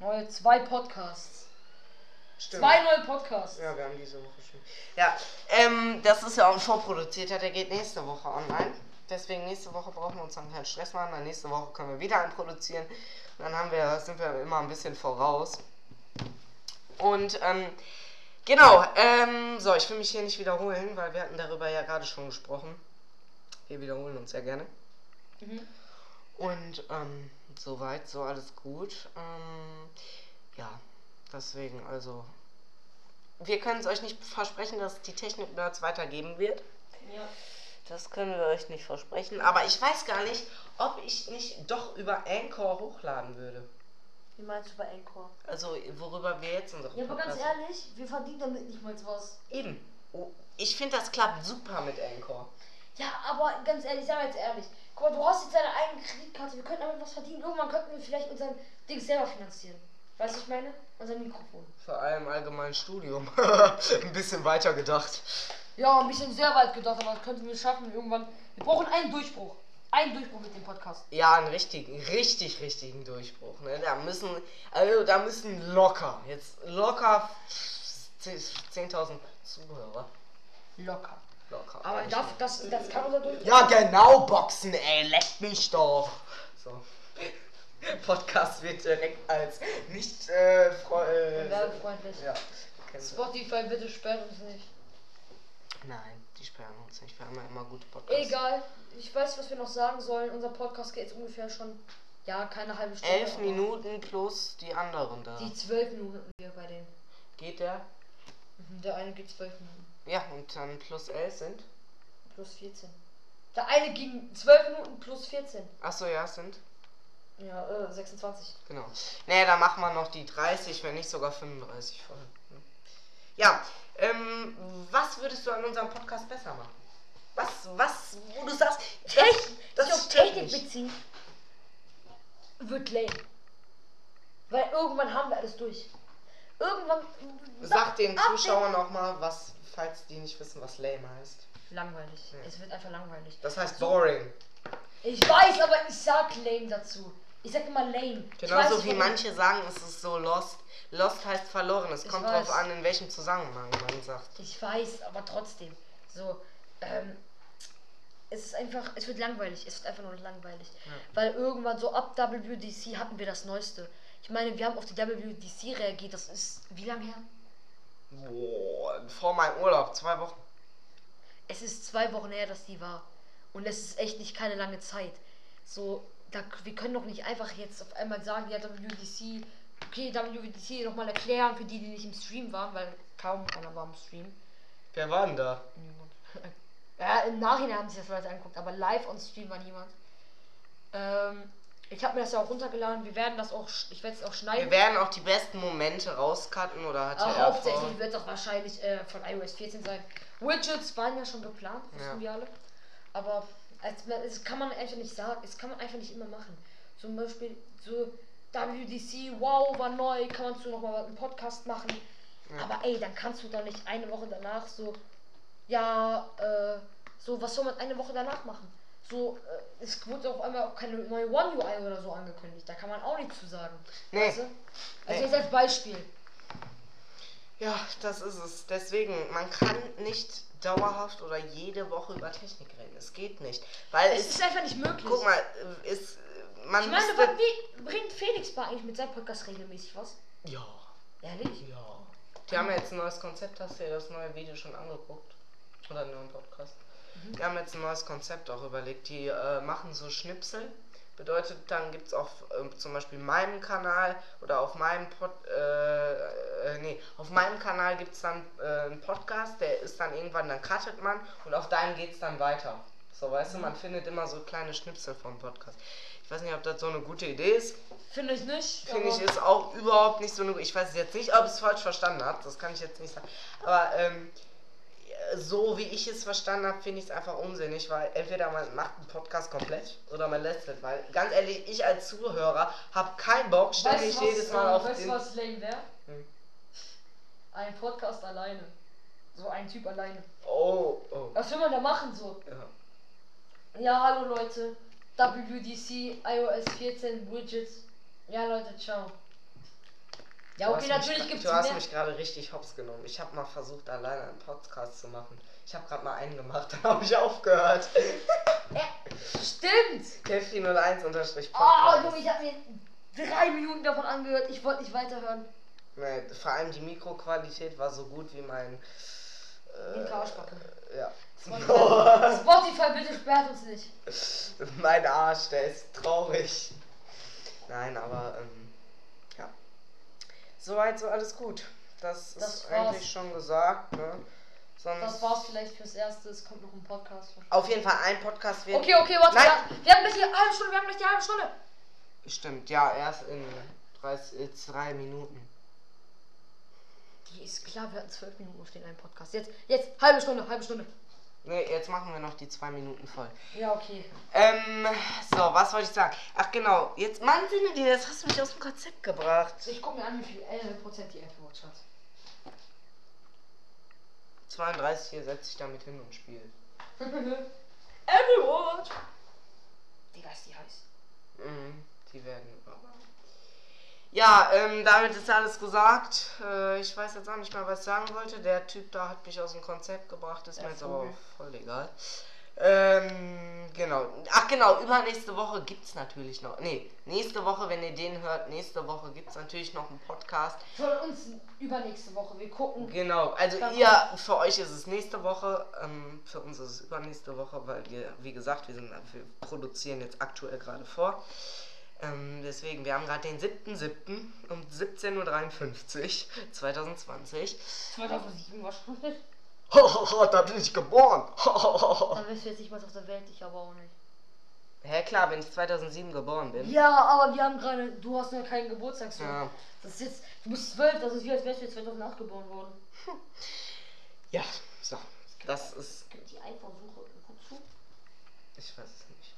Speaker 2: Neue zwei Podcasts.
Speaker 1: Stimmt.
Speaker 2: Zwei neue Podcasts.
Speaker 1: Ja, wir haben diese Woche schon. Ja, ähm, das ist ja auch ein vorproduzierter, der geht nächste Woche online. Deswegen nächste Woche brauchen wir uns dann keinen Stress machen. Dann nächste Woche können wir wieder einen produzieren. Und dann haben wir, sind wir immer ein bisschen voraus. Und ähm, genau, ähm, so, ich will mich hier nicht wiederholen, weil wir hatten darüber ja gerade schon gesprochen. Wir wiederholen uns ja gerne.
Speaker 2: Mhm.
Speaker 1: Und ähm, soweit, so alles gut. Ähm, ja, deswegen, also. Wir können es euch nicht versprechen, dass es die Technik-Nerds weitergeben wird.
Speaker 2: Ja.
Speaker 1: Das können wir euch nicht versprechen. Aber ich weiß gar nicht, ob ich nicht doch über Anchor hochladen würde.
Speaker 2: Wie meinst du bei Encore?
Speaker 1: Also, worüber wir jetzt unsere
Speaker 2: Ja, aber ganz
Speaker 1: Podcast-
Speaker 2: ehrlich, wir verdienen damit nicht mal was.
Speaker 1: Eben. Oh, ich finde, das klappt super mit Anchor.
Speaker 2: Ja, aber ganz ehrlich, sagen wir jetzt ehrlich. Guck mal, du hast jetzt deine eigene Kreditkarte, wir könnten damit was verdienen. Irgendwann könnten wir vielleicht unseren Ding selber finanzieren. Weißt du, was ich meine? Unser Mikrofon.
Speaker 1: Vor allem allgemein Studium. ein bisschen weiter gedacht.
Speaker 2: Ja, ein bisschen sehr weit gedacht, aber das könnten wir schaffen irgendwann. Wir brauchen einen Durchbruch. Einen Durchbruch mit dem Podcast.
Speaker 1: Ja, einen richtigen, richtig, richtigen Durchbruch. Ne? Da müssen, also da müssen locker, jetzt locker 10.000 Zuhörer.
Speaker 2: Locker.
Speaker 1: Locker.
Speaker 2: Aber darf, das, das kann unser Durchbruch.
Speaker 1: Ja, genau, Boxen, ey, leck mich doch. So. Podcast wird direkt als nicht äh, freu, äh,
Speaker 2: Werbefreundlich.
Speaker 1: Ja. Kennst du.
Speaker 2: Spotify, bitte sperrt uns nicht.
Speaker 1: Nein, die sperren uns nicht. Wir haben ja immer gute Podcasts.
Speaker 2: Egal. Ich weiß, was wir noch sagen sollen. Unser Podcast geht jetzt ungefähr schon, ja, keine halbe Stunde.
Speaker 1: Elf
Speaker 2: aber
Speaker 1: Minuten plus die anderen da.
Speaker 2: Die zwölf Minuten hier bei denen.
Speaker 1: Geht der?
Speaker 2: Mhm, Der eine geht zwölf Minuten.
Speaker 1: Ja, und dann plus elf sind.
Speaker 2: Plus 14. Der eine ging 12 Minuten plus 14.
Speaker 1: Achso, ja, sind.
Speaker 2: Ja, äh, 26.
Speaker 1: Genau. Naja, da machen wir noch die 30, wenn nicht sogar 35 Folgen. ne? Ja, ähm, was würdest du an unserem Podcast besser machen? Was, was, wo du sagst, Technik, das
Speaker 2: Sich auf
Speaker 1: stört
Speaker 2: Technik
Speaker 1: mich.
Speaker 2: beziehen wird lame. Weil irgendwann haben wir alles durch. Irgendwann.
Speaker 1: Sag den
Speaker 2: ab
Speaker 1: Zuschauern auch mal, was, falls die nicht wissen, was lame heißt.
Speaker 2: Langweilig.
Speaker 1: Ja.
Speaker 2: Es wird einfach langweilig.
Speaker 1: Das heißt boring.
Speaker 2: Ich weiß, aber ich sag lame dazu. Ich sag immer lame. Ich weiß
Speaker 1: Genauso
Speaker 2: nicht,
Speaker 1: wie
Speaker 2: warum.
Speaker 1: manche sagen, es ist so lost. Lost heißt verloren. Es
Speaker 2: Ich
Speaker 1: kommt
Speaker 2: weiß.
Speaker 1: drauf an, in welchem Zusammenhang man sagt.
Speaker 2: Ich weiß, aber trotzdem. So, ähm, es ist einfach, es wird langweilig. Es wird einfach nur langweilig. Weil irgendwann so ab WDC hatten wir das Neueste. Ich meine, wir haben auf die WDC reagiert. Das ist wie lange her?
Speaker 1: Boah, vor meinem Urlaub, zwei Wochen.
Speaker 2: Es ist zwei Wochen her, dass die war. Und es ist echt nicht keine lange Zeit. So, da, wir können doch nicht einfach jetzt auf einmal sagen, ja, WDC, okay, WDC nochmal erklären für die, die nicht im Stream waren, weil kaum einer war im Stream.
Speaker 1: Wer war denn da?
Speaker 2: Niemand. Ja, im Nachhinein haben sich das Leute angeguckt, aber live on Stream war niemand. Ähm, ich habe mir das ja auch runtergeladen. Wir werden das auch, sch- ich werde es auch
Speaker 1: Wir
Speaker 2: schneiden.
Speaker 1: werden auch die besten Momente rauscutten oder hat
Speaker 2: aber
Speaker 1: er
Speaker 2: hauptsächlich wird das wahrscheinlich äh, von iOS 14 sein. Widgets waren ja schon geplant, wissen
Speaker 1: Ja.
Speaker 2: wir alle. Aber als, das kann man einfach nicht sagen, das kann man einfach nicht immer machen. Zum Beispiel so WDC, wow, war neu, kannst du nochmal einen Podcast machen.
Speaker 1: Ja.
Speaker 2: Aber ey, dann kannst du doch nicht eine Woche danach so, ja, äh, so, was soll man eine Woche danach machen? So, äh, es wurde auf einmal auch keine neue One UI oder so angekündigt. Da kann man auch nichts zu sagen.
Speaker 1: Nee.
Speaker 2: Weißt du? Also
Speaker 1: Nee.
Speaker 2: jetzt als Beispiel.
Speaker 1: Ja, das ist es. Deswegen, man kann nicht dauerhaft oder jede Woche über Technik reden. Es geht nicht. Weil
Speaker 2: Es
Speaker 1: es.
Speaker 2: ist einfach nicht möglich.
Speaker 1: guck mal, es. Man
Speaker 2: Ich meine,
Speaker 1: müsste-
Speaker 2: wann, wie bringt Felix bei eigentlich mit seinem Podcast regelmäßig was?
Speaker 1: Ja,
Speaker 2: Ehrlich?
Speaker 1: ja. Die haben jetzt ein neues Konzept. Hast du dir das neue Video schon angeguckt? Oder nur im Podcast? Die haben jetzt ein neues Konzept auch überlegt. Die äh, machen so Schnipsel. Bedeutet, dann gibt es auf ähm, zum Beispiel meinem Kanal oder auf meinem Pod, äh, äh, nee, auf meinem Kanal gibt es dann äh, einen Podcast, der ist dann irgendwann, dann cuttet man und auf deinem geht es dann weiter. So, weißt du, man findet immer so kleine Schnipsel vom Podcast. Ich weiß nicht, ob das so eine gute Idee ist.
Speaker 2: Finde ich nicht.
Speaker 1: Finde ich
Speaker 2: aber-
Speaker 1: ist auch überhaupt nicht so eine. Ich weiß jetzt nicht, ob ich es falsch verstanden habe. Das kann ich jetzt nicht sagen. Aber ähm, so wie ich es verstanden habe, finde ich es einfach unsinnig, weil entweder man macht einen Podcast komplett oder man lässt es. Weil ganz ehrlich, ich als Zuhörer habe keinen Bock, stelle
Speaker 2: Weißt
Speaker 1: ich
Speaker 2: du, was, äh,
Speaker 1: jedes Mal auf
Speaker 2: weißt du,
Speaker 1: den.
Speaker 2: was lame wäre?
Speaker 1: Hm.
Speaker 2: Ein Podcast alleine. So ein Typ alleine.
Speaker 1: Oh, oh.
Speaker 2: Was will man da machen so?
Speaker 1: Ja.
Speaker 2: Ja, hallo Leute. WDC, iOS 14, Widgets. Ja, Leute, ciao. Ja, okay, natürlich
Speaker 1: gibt
Speaker 2: gibt's
Speaker 1: es. Du hast
Speaker 2: mehr.
Speaker 1: mich gerade richtig hops genommen. Ich habe mal versucht, alleine einen Podcast zu machen. Ich habe gerade mal einen gemacht, dann habe ich aufgehört.
Speaker 2: Stimmt!
Speaker 1: Keffi01 unterstrich
Speaker 2: Oh,
Speaker 1: Podcast.
Speaker 2: Junge, ich habe mir drei Minuten davon angehört. Ich wollte nicht weiterhören.
Speaker 1: Nee, vor allem die Mikroqualität war so gut wie mein. Äh,
Speaker 2: In Arschbacke.
Speaker 1: Ja.
Speaker 2: Spotify. Spotify, bitte sperrt uns nicht.
Speaker 1: mein Arsch, der ist traurig. Nein, aber ähm, ja. Soweit so alles gut. Das,
Speaker 2: Das
Speaker 1: ist
Speaker 2: war's.
Speaker 1: eigentlich schon gesagt, ne? Sonst
Speaker 2: Das war's vielleicht fürs Erste. Es kommt noch ein Podcast.
Speaker 1: Auf jeden Fall ein Podcast wird.
Speaker 2: Okay, okay, warte.
Speaker 1: Nein.
Speaker 2: Wir, wir haben gleich die halbe Stunde. Wir haben gleich die halbe Stunde.
Speaker 1: Stimmt, ja, erst in 30, äh, zwei Minuten.
Speaker 2: Die ist klar, wir hatten zwölf Minuten auf den einen Podcast. Jetzt, jetzt, halbe Stunde, halbe Stunde.
Speaker 1: Ne, jetzt machen wir noch die zwei Minuten voll.
Speaker 2: Ja, okay.
Speaker 1: Ähm, so, was wollte ich sagen? Ach genau, jetzt, Mann, Sinne, dir, das hast du mich aus dem Konzept gebracht.
Speaker 2: Also Ich guck mir an, wie viel 11% die Apple Watch hat.
Speaker 1: 32 hier setzt sich damit hin und spielt.
Speaker 2: Apple Watch! Digga, ist die heiß.
Speaker 1: Mhm, die werden. Ja, ähm, damit ist alles gesagt. Äh, ich weiß jetzt auch nicht mehr, was ich sagen wollte. Der Typ da hat mich aus dem Konzept gebracht, ist
Speaker 2: Der
Speaker 1: mir jetzt aber
Speaker 2: Vogel.
Speaker 1: voll egal. Ähm, genau. Ach genau, übernächste Woche gibt's natürlich noch. Nee, nächste Woche, wenn ihr den hört, nächste Woche gibt's natürlich noch einen Podcast.
Speaker 2: Von uns übernächste Woche. Wir gucken.
Speaker 1: Genau, also
Speaker 2: Dann
Speaker 1: ihr, für euch ist es nächste Woche, ähm, für uns ist es übernächste Woche, weil wir, wie gesagt, wir, sind, wir produzieren jetzt aktuell gerade vor. Ähm, deswegen, wir haben gerade den 7.7. um 17.53 Uhr 2020.
Speaker 2: 2007 wahrscheinlich.
Speaker 1: Hohoho, da bin ich geboren.
Speaker 2: Dann bist du jetzt nicht mal auf der Welt, ich aber auch nicht.
Speaker 1: Hä, klar, wenn ich 2007 geboren bin.
Speaker 2: Ja, aber wir haben gerade. Du hast noch keinen Geburtstag.
Speaker 1: Ja.
Speaker 2: Das ist jetzt. Du bist zwölf, das ist wie als wärst du jetzt 2008 geboren worden.
Speaker 1: Ja, so. Das ist
Speaker 2: Die iPhone-Suche. Guckst du?
Speaker 1: Ich weiß es nicht.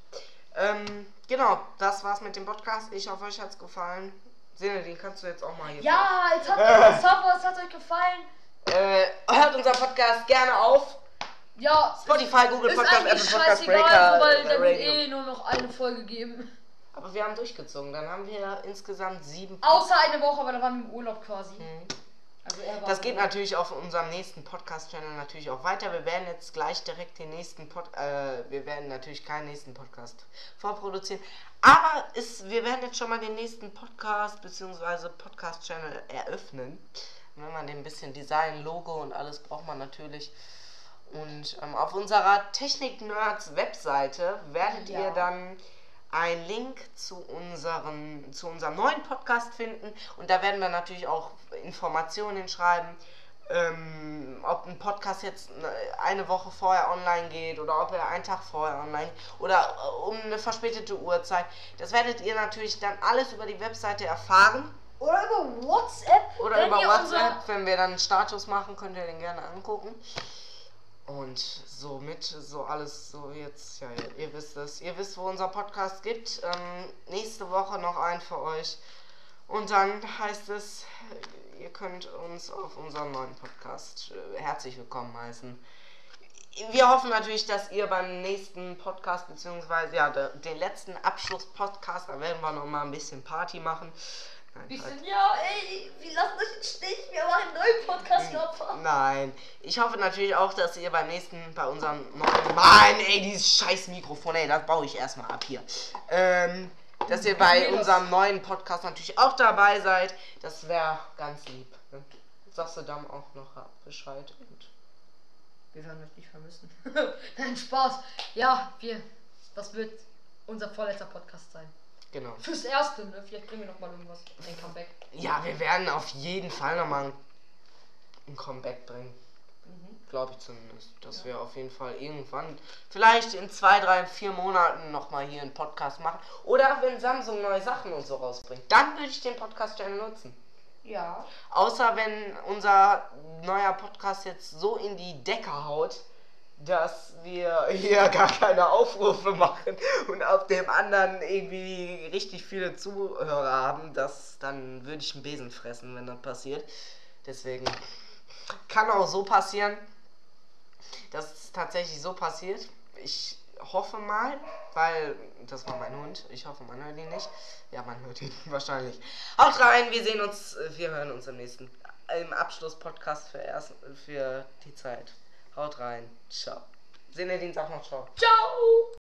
Speaker 1: Ähm, genau, das war's mit dem Podcast. Ich hoffe, euch hat's gefallen. Sene, den kannst du jetzt auch mal hier.
Speaker 2: Ja, jetzt habt ihr ich hoffe, es hat euch gefallen.
Speaker 1: Äh, hört unser Podcast gerne auf.
Speaker 2: Ja,
Speaker 1: Spotify, Google
Speaker 2: ist
Speaker 1: Podcast,
Speaker 2: eigentlich
Speaker 1: Apple Podcast, Breaker,
Speaker 2: scheißegal, so, weil
Speaker 1: äh,
Speaker 2: da wird
Speaker 1: Radio.
Speaker 2: eh nur noch eine Folge geben.
Speaker 1: Aber wir haben durchgezogen. Dann haben wir insgesamt sieben.
Speaker 2: Außer eine Woche, aber da waren wir im Urlaub quasi.
Speaker 1: Mhm.
Speaker 2: Also er war
Speaker 1: Das geht natürlich auf unserem nächsten Podcast-Channel natürlich auch weiter. Wir werden jetzt gleich direkt den nächsten Pod äh, wir werden natürlich keinen nächsten Podcast vorproduzieren. Aber ist, wir werden jetzt schon mal den nächsten Podcast bzw. Podcast-Channel eröffnen. Und wenn man den ein bisschen Design, Logo und alles braucht man natürlich. Und ähm, auf unserer Technik-Nerds Webseite werdet
Speaker 2: Ja.
Speaker 1: ihr dann einen Link zu, unseren, zu unserem neuen Podcast finden. Und da werden wir natürlich auch Informationen hinschreiben, ähm, ob ein Podcast jetzt ne- eine Woche vorher online geht oder ob er einen Tag vorher online oder äh, um eine verspätete Uhrzeit. Das werdet ihr natürlich dann alles über die Webseite erfahren.
Speaker 2: Oder über WhatsApp.
Speaker 1: Oder
Speaker 2: wenn
Speaker 1: über
Speaker 2: ihr
Speaker 1: WhatsApp,
Speaker 2: Unser,
Speaker 1: wenn wir dann einen Status machen, könnt ihr den gerne angucken. Und somit so alles so jetzt, ja, ihr- ihr wisst es. Ihr wisst, wo unser Podcast gibt. Ähm, nächste Woche noch einen für euch. Und dann heißt es, äh, ihr könnt uns auf unserem neuen Podcast äh, herzlich willkommen heißen. Wir hoffen natürlich, dass ihr beim nächsten Podcast, beziehungsweise ja, der, den letzten Abschluss-Podcast, da werden wir nochmal ein bisschen Party machen. Nein,
Speaker 2: ich
Speaker 1: Quatsch.
Speaker 2: sind, ja, ey, wir lassen euch im Stich. Wir machen einen neuen
Speaker 1: Mhm.
Speaker 2: Podcast, ihr Opfer.
Speaker 1: Nein. Ich hoffe natürlich auch, dass ihr beim nächsten, bei unserem neuen. Mann, ey, dieses scheiß Mikrofon, ey, das baue ich erstmal ab hier. Ähm, dass ihr bei
Speaker 2: Nee, das-
Speaker 1: unserem neuen Podcast natürlich auch dabei seid. Das wäre ganz lieb. Ne? Sagst du dann auch noch Bescheid und.
Speaker 2: Wir werden euch nicht vermissen. Nein, Spaß. Ja, wir. Das wird unser vorletzter Podcast sein.
Speaker 1: Genau.
Speaker 2: Fürs Erste, ne? Vielleicht bringen wir nochmal irgendwas. Ein Comeback.
Speaker 1: Ja, wir werden auf jeden Fall nochmal ein, ein Comeback bringen.
Speaker 2: Mhm.
Speaker 1: Glaube ich zumindest. Dass
Speaker 2: Ja.
Speaker 1: wir auf jeden Fall irgendwann, vielleicht in zwei, drei, vier Monaten nochmal hier einen Podcast machen. Oder wenn Samsung neue Sachen und so rausbringt. Dann würde ich den Podcast gerne nutzen.
Speaker 2: Ja.
Speaker 1: Außer wenn unser neuer Podcast jetzt so in die Decke haut, dass wir hier gar keine Aufrufe machen und auf dem anderen irgendwie richtig viele Zuhörer haben, das dann würde ich einen Besen fressen, wenn das passiert. Deswegen kann auch so passieren, dass es tatsächlich so passiert. Ich hoffe mal, weil das war mein Hund. Ich hoffe, man hört ihn nicht. Ja, man hört ihn wahrscheinlich. Haut rein, wir sehen uns, äh, wir hören uns im nächsten, im Abschluss-Podcast für, erst, für die Zeit. Haut rein, ciao. Sehen wir den auch noch, ciao.
Speaker 2: Ciao!